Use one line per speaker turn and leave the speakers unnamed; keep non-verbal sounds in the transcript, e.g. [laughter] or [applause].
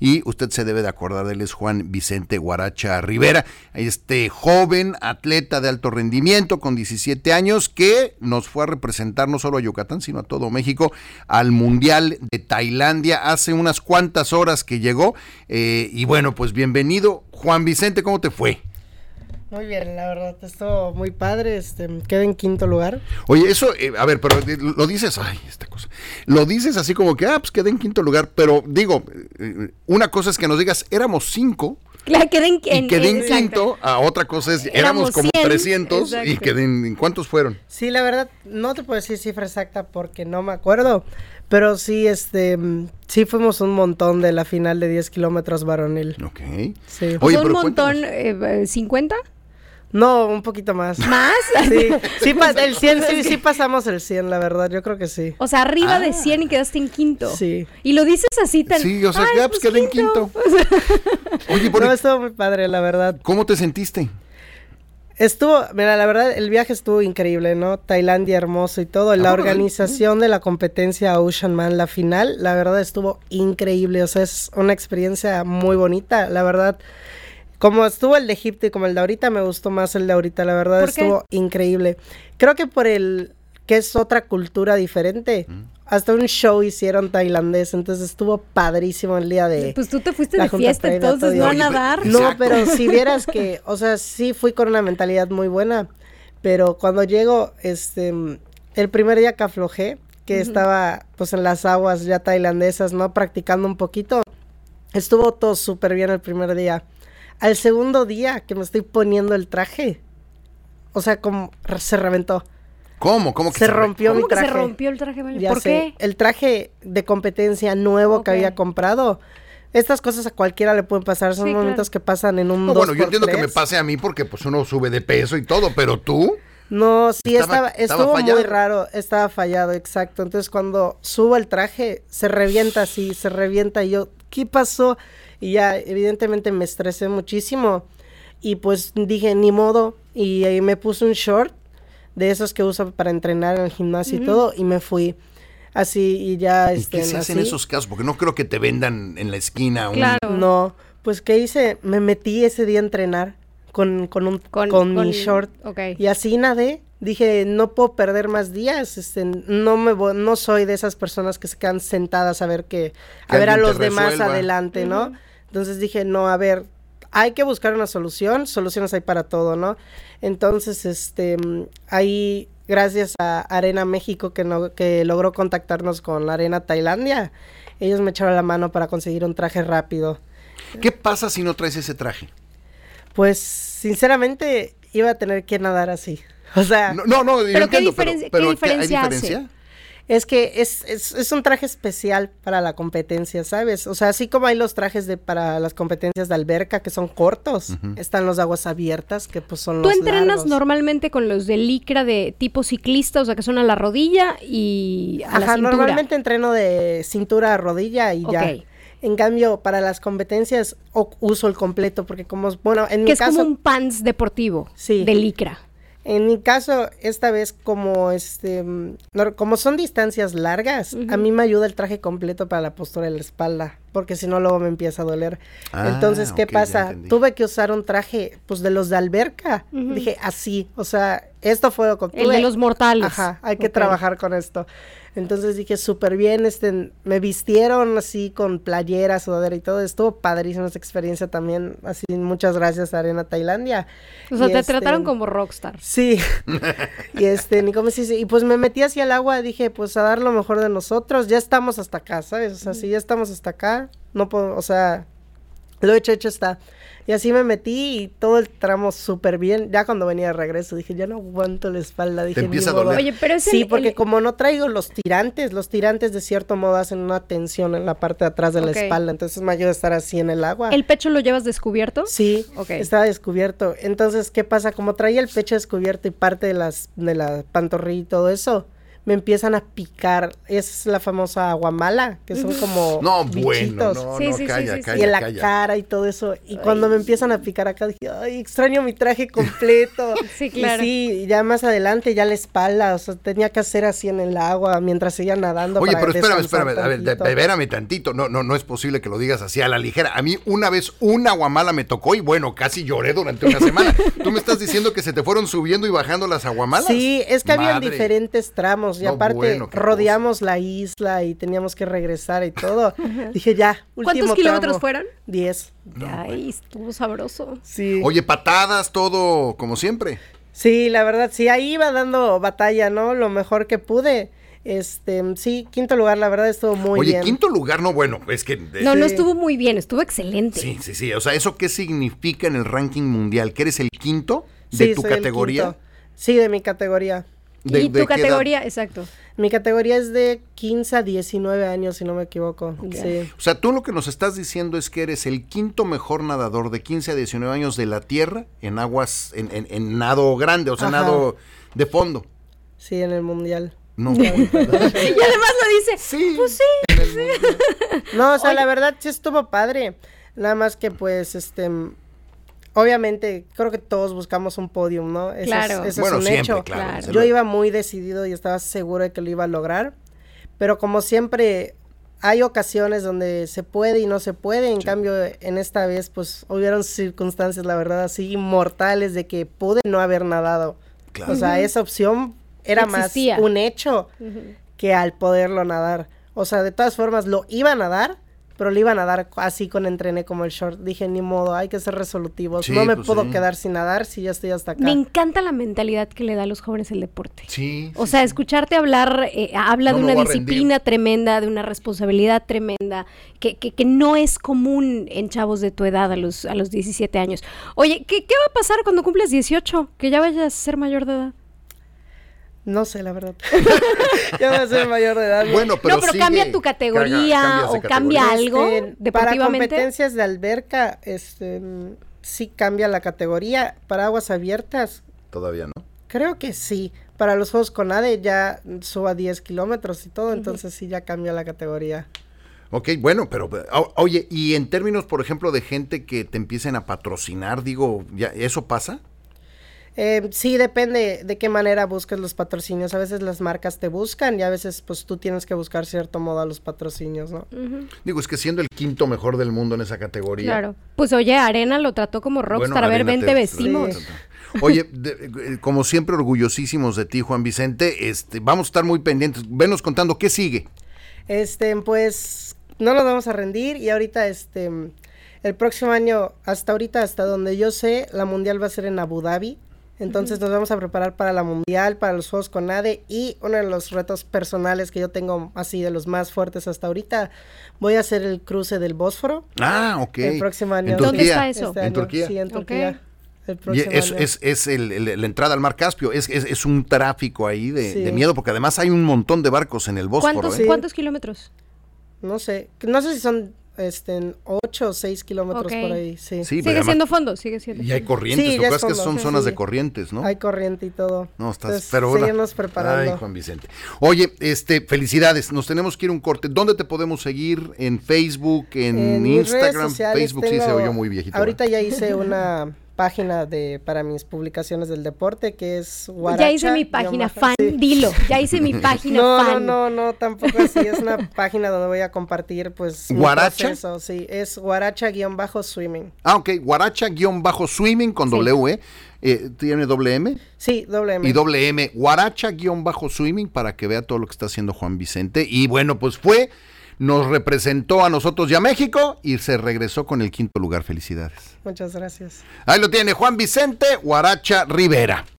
Y usted se debe de acordar de él, es Juan Vicente Guaracha Rivera, este joven atleta de alto rendimiento con 17 años que nos fue a representar no solo a Yucatán, sino a todo México al Mundial de Tailandia hace unas cuantas horas que llegó. Eh, y bueno, pues bienvenido. Juan Vicente, ¿cómo te fue?
Muy bien, la verdad, esto muy padre, este, queda en quinto lugar.
Oye, eso, eh, a ver, pero eh, lo dices, ay, esta cosa, lo dices así como que, ah, pues queda en quinto lugar, pero digo, eh, una cosa es que nos digas, éramos cinco,
Claro, quedé en,
y
en-
quedé en
exacto.
quinto, a ah, otra cosa es, éramos,
Éramos
como
100,
300 y
exacto.
quedé en, ¿en ¿cuántos fueron?
Sí, la verdad, no te puedo decir cifra exacta porque no me acuerdo, pero sí, este, mm, sí fuimos un montón de la final de 10 kilómetros varonil.
Ok.
Sí.
Oye,
Fue un
pero
montón,
cuéntanos.
eh, ¿50?
No, un poquito más.
Ah,
¿Más?
Sí, sí pa- el 100, sí, sí pasamos el 100, la verdad, yo creo que sí.
O sea, arriba
Ah.
de 100 y quedaste en quinto.
Sí.
Y lo dices así tan...
Sí, o sea,
"Ay,
ya, pues, quedé en quinto.
[laughs] O sea,
Oye, pero,
No, estuvo muy padre, la verdad.
¿cómo te sentiste?
Estuvo, mira, la verdad, el viaje estuvo increíble, ¿no? Tailandia hermoso y todo. La
Ah, bueno,
organización de la competencia Ocean Man, la final, la verdad estuvo increíble. O sea, es una experiencia muy bonita, la verdad. Como estuvo el de Egipto y como el de ahorita, me gustó más el de ahorita, la verdad
¿Por qué?
estuvo increíble. Creo que por el que es otra cultura diferente.
Mm.
Hasta un show hicieron tailandés, entonces estuvo padrísimo el día de...
pues tú te fuiste
La
de
junta
fiesta,
traída
entonces
todavía.
no a
Oye, pero-
nadar.
Exacto.
No, pero si vieras que, o sea, sí fui con una mentalidad muy buena, pero cuando llego, este, mm, el primer día que aflojé, que estaba pues en las aguas ya tailandesas, ¿no? Practicando un poquito, estuvo todo súper bien el primer día. Al segundo día que me estoy poniendo el traje, o sea, como re- se reventó.
¿Cómo? ¿Cómo que
Se rompió
¿Cómo
mi
que se
traje.
rompió el traje de baño?
Ya
¿Por
sé,
qué?
El traje de competencia nuevo que
Ok.
había comprado. Estas cosas a cualquiera le pueden pasar, son
Sí, claro.
momentos que pasan en un
No,
dos
bueno, yo
por
entiendo que me
tres.
pase a mí porque pues uno sube de peso y todo, pero tú,
No, sí,
Estaba-
estaba,
estaba
estuvo
fallado.
muy raro, estaba fallado, exacto. Entonces cuando subo el traje, se revienta así, se revienta y yo, ¿qué pasó? Y ya, evidentemente me estresé muchísimo y pues dije, ni modo, y, ahí me puse un short de esos que uso para entrenar en el gimnasio y todo, y me fui así y ya...
¿y
este,
qué se hace en
así.
esos casos? Porque no creo que te vendan en la esquina un...
Claro.
No, pues ¿qué hice? Me metí ese día a entrenar con, con, un, con, mi short.
Ok.
Y así nadé. Dije, no puedo perder más días. este, no me vo- no soy de esas personas que se quedan sentadas a ver que,
Que
a ver a
alguien te
los demás
resuelva.
adelante, ¿no? Entonces dije, no, a ver, hay que buscar una solución, soluciones hay para todo, ¿no? Entonces, este, mm, ahí, gracias a Arena México que, no, que logró contactarnos con Arena Tailandia, ellos me echaron la mano para conseguir un traje rápido.
¿Qué pasa si no traes ese traje?
Pues, sinceramente, iba a tener que nadar así. [laughs] O sea,
No, no, no yo
¿Pero qué
entiendo, pero,
diferencia- qué
pero
diferencia
¿hay
hace?
diferencia?
Es que es, es, es un traje especial para la competencia, ¿sabes? O sea, así como hay los trajes de para las competencias de alberca que son cortos, están los de aguas abiertas que pues son
Tú
los
entrenas
largos.
normalmente con los de licra de tipo ciclista, o sea, que son a la rodilla y a la
Ajá,
cintura.
normalmente entreno de cintura a rodilla y
Ok.
ya. En cambio, para las competencias o- uso el completo porque como bueno, en
Que
mi
es como
caso
un pants deportivo
Sí.
de licra.
En mi caso, esta vez como este, mm, no- como son distancias largas, a mí me ayuda el traje completo para la postura de la espalda, porque si no luego me empieza a doler.
Ah,
Entonces, ¿qué
ok, ya
pasa?
entendí.
Tuve que usar un traje, pues de los de alberca. Dije así, o sea, esto fue lo que
El de
obtuve.
los mortales.
Ajá, hay que
Ok.
trabajar con esto. Entonces dije, súper bien, este, me vistieron así con playera, sudadera y todo. Estuvo padrísima esta experiencia también. Así, muchas gracias, Arena Tailandia.
O sea,
Y,
te
este,
trataron como rockstar.
Sí. y este, ni cómo se dice. Y pues me metí hacia el agua, dije, pues a dar lo mejor de nosotros. Ya estamos hasta acá, ¿sabes? O sea, si ya estamos hasta acá, no puedo, o sea, lo hecho, hecho está. Y así me metí y todo el tramo súper bien. Ya cuando venía de regreso dije, ya no aguanto la espalda. Dije, "Ni
empieza a
modo".
doler.
Oye, pero es el-
Sí, porque
el-
como no traigo los tirantes, los tirantes de cierto modo hacen una tensión en la parte de atrás de
Ok.
la espalda. Entonces me ayuda a estar así en el agua.
¿El pecho lo llevas descubierto?
Sí,
Ok.
estaba descubierto. Entonces, ¿qué pasa? Como traía el pecho descubierto y parte de las de la pantorrilla y todo eso, me empiezan a picar. Es la famosa aguamala, que son como
No, bueno,
bichitos.
no,
Sí,
no,
sí, sí,
calla,
sí, sí.
y en
calla,
la
calla.
cara y todo eso. Y cuando me empiezan a picar acá, dije, ay, extraño mi traje
[laughs]
completo.
Sí, claro.
Y sí, y ya más adelante, ya la espalda, o sea, tenía que hacer así en el agua mientras seguía nadando.
Oye,
para
pero espérame,
descansar
espérame, a ver,
tantito.
de- espérame tantito. No, no, no es posible que lo digas así a la ligera. A mí una vez una guamala me tocó y bueno, casi lloré durante una semana. Tú me estás diciendo que se te fueron subiendo y bajando las aguamalas.
Sí, es que habían
Madre.
diferentes tramos y
No,
aparte
bueno, qué
rodeamos la isla y teníamos que regresar y todo.
[laughs]
Dije, ya, último
¿Cuántos kilómetros
tramo.
fueron?
Diez.
Ay, estuvo sabroso.
Sí.
Oye, patadas, todo como siempre.
Sí, la verdad, sí, ahí iba dando batalla, ¿no? Lo mejor que pude. Este, sí, quinto lugar, la verdad estuvo muy
Oye,
bien.
quinto lugar, no, bueno, es que... eh,
No, no
Sí.
estuvo muy bien, estuvo excelente.
Sí, sí, sí. O sea, ¿eso qué significa en el ranking mundial? ¿Que eres el quinto de
Sí,
tu
soy el
categoría?
quinto. Sí, de mi categoría.
¿De-
y
de
tu
qué edad?
categoría, exacto.
Mi categoría es de 15 a 19 años, si no me equivoco. Sí.
O sea, tú lo que nos estás diciendo es que eres el quinto mejor nadador de 15 a 19 años de la Tierra en aguas, en, en- en nado grande, o sea,
Ajá.
nado de fondo.
Sí, en el mundial.
No.
[laughs]
bueno.
Y además lo dice.
sí.
Pues sí.
No, o sea, la verdad sí estuvo padre. Nada más que pues, este, mm, obviamente, creo que todos buscamos un podium, ¿no? Eso es-
Claro.
eso es
Bueno,
un
siempre,
hecho.
claro.
Claro.
Se
Yo
lo-
iba muy decidido y estaba seguro de que lo iba a lograr, pero como siempre hay ocasiones donde se puede y no se puede, en cambio en esta vez pues hubieron circunstancias la verdad así mortales de que pude no haber nadado.
Claro.
O sea, esa opción era
Existía.
más un hecho que al poderlo nadar. O sea, de todas formas lo iba a nadar, pero lo iba a nadar co- así con entrené como el short. Dije, ni modo, hay que ser resolutivos.
Sí,
no me
pues,
puedo
sí.
quedar sin nadar si ya estoy hasta acá.
Me encanta la mentalidad que le da a los jóvenes el deporte.
Sí.
O sea, escucharte hablar eh, habla
No
de
lo
una
va a rendir.
disciplina tremenda, de una responsabilidad tremenda, que, que- que no es común en chavos de tu edad a los, a los 17 años. Oye, ¿qué, qué va a pasar cuando cumples 18? Que ya vayas a ser mayor de edad.
No sé, la verdad. [laughs] ya voy a ser mayor de edad.
Bueno, pero
no, pero
sigue-
cambia tu categoría
Caga- cambias de
o cambia
categoría.
algo
Este, para
deportivamente.
competencias de alberca, este, mm, sí cambia la categoría. Para aguas abiertas,
Todavía no.
creo que sí. Para los juegos con ADE ya mm, suba 10 kilómetros y todo, entonces sí ya cambia la categoría.
Ok, bueno, pero o- oye, y en términos, por ejemplo, de gente que te empiecen a patrocinar, digo, ya, ¿eso pasa?
Eh, sí, depende de qué manera busques los patrocinios. A veces las marcas te buscan y a veces pues tú tienes que buscar cierto modo a los patrocinios, ¿no?
Ujú,
Digo, es que siendo el quinto mejor del mundo en esa categoría.
Claro. Pues oye, Arena lo trató como rockstar.
Bueno,
a ver,
Arena,
vente,
te-
vestimos.
Sí.
Oye, de- eh, como siempre, orgullosísimos de ti, Juan Vicente. Este, vamos a estar muy pendientes. Venos contando qué sigue.
Este, pues no nos vamos a rendir y ahorita este el próximo año, hasta ahorita, hasta donde yo sé, la mundial va a ser en Abu Dhabi. Entonces nos vamos a preparar para la mundial, para los juegos con ADE y uno de los retos personales que yo tengo así de los más fuertes hasta ahorita, voy a hacer el cruce del Bósforo
Ah, ok.
el próximo año.
En
¿Dónde
Turquía.
está eso?
Este
En
año,
Turquía.
Sí, en
Ok.
Turquía. El
Y
próximo
es,
año.
es, es el- el- la entrada al Mar Caspio, es, es, es un tráfico ahí de,
Sí.
de miedo, porque además hay un montón de barcos en el Bósforo.
¿Cuántos,
¿eh?
¿Cuántos kilómetros?
No sé, no sé si son este 8 o 6 kilómetros
Ok.
por ahí,
Sí, pero
sí.
sigue
además-
siendo fondo, sigue siendo.
Y hay corrientes,
Sí,
lo
ya
que pasa es que
son
son
los-
zonas
sí.
de corrientes, ¿no?
Hay corriente y todo.
No, estás,
Entonces,
pero ahora-
Seguirnos preparando.
Ay, Juan Vicente. Oye, este, felicidades, nos tenemos que ir a un corte. ¿Dónde te podemos seguir? En Facebook, en,
mis redes
Instagram,
sociales
Facebook, sí se
tengo-
oyó muy viejito.
Ahorita
¿verdad?
ya
[laughs]
hice una página de para mis publicaciones del deporte que es
ya hice mi
guaracha-
página
guión bajo-
fan,
Sí.
dilo. Ya
[laughs]
hice mi página
No, no,
fan.
no, no, tampoco así. Es
[laughs]
una página donde voy a compartir, pues. mi
¿Guaracha?
proceso, sí, es guaracha-swimming.
Ah, ok, guaracha-swimming con
Sí.
W, ¿eh? Eh, tiene doble M
Sí, doble M.
y doble M, guaracha-swimming para que vea todo lo que está haciendo Juan Vicente. Y bueno, pues fue, nos representó a nosotros y a México y se regresó con el quinto lugar. Felicidades.
Muchas gracias.
Ahí lo tiene Juan Vicente, guaracha Rivera.